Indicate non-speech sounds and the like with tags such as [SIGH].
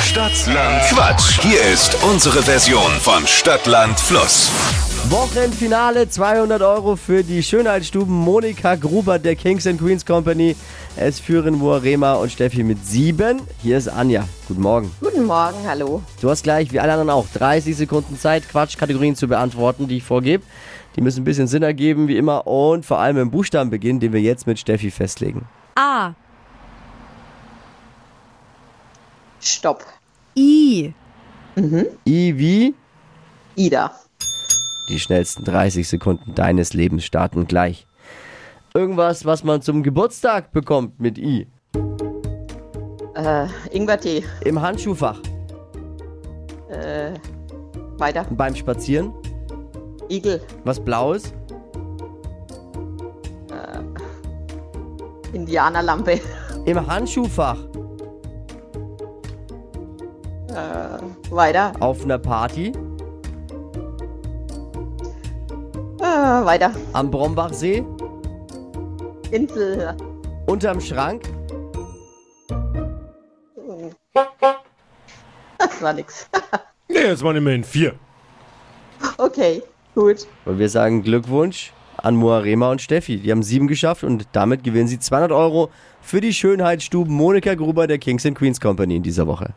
Stadtland Quatsch. Hier ist unsere Version von Stadtland Fluss. Wochenfinale 200 Euro für die Schönheitsstuben Monika Gruber der Kings and Queens Company. Es führen Moarema und Steffi mit sieben. Hier ist Anja. Guten Morgen. Guten Morgen, hallo. Du hast gleich, wie alle anderen auch, 30 Sekunden Zeit, Quatschkategorien zu beantworten, die ich vorgebe. Die müssen ein bisschen Sinn ergeben, wie immer, und vor allem im Buchstaben beginnen, den wir jetzt mit Steffi festlegen. A. Stopp. I. I wie Ida. die schnellsten 30 Sekunden deines Lebens starten gleich. Irgendwas, was man zum Geburtstag bekommt mit I. Äh, Ingwertee. Im Handschuhfach, Äh, weiter. beim Spazieren, Igel. was Blaues, Indianerlampe. [LAUGHS] im Handschuhfach, Weiter. auf einer Party, Äh, weiter. am Brombachsee, Insel. unterm Schrank, Das war nix. [LAUGHS] Nee, jetzt waren immerhin vier. Okay, gut. Und wir sagen Glückwunsch an Moarema und Steffi. Die haben sieben geschafft und damit gewinnen sie 200 Euro für die Schönheitsstuben Monika Gruber der Kings and Queens Company in dieser Woche.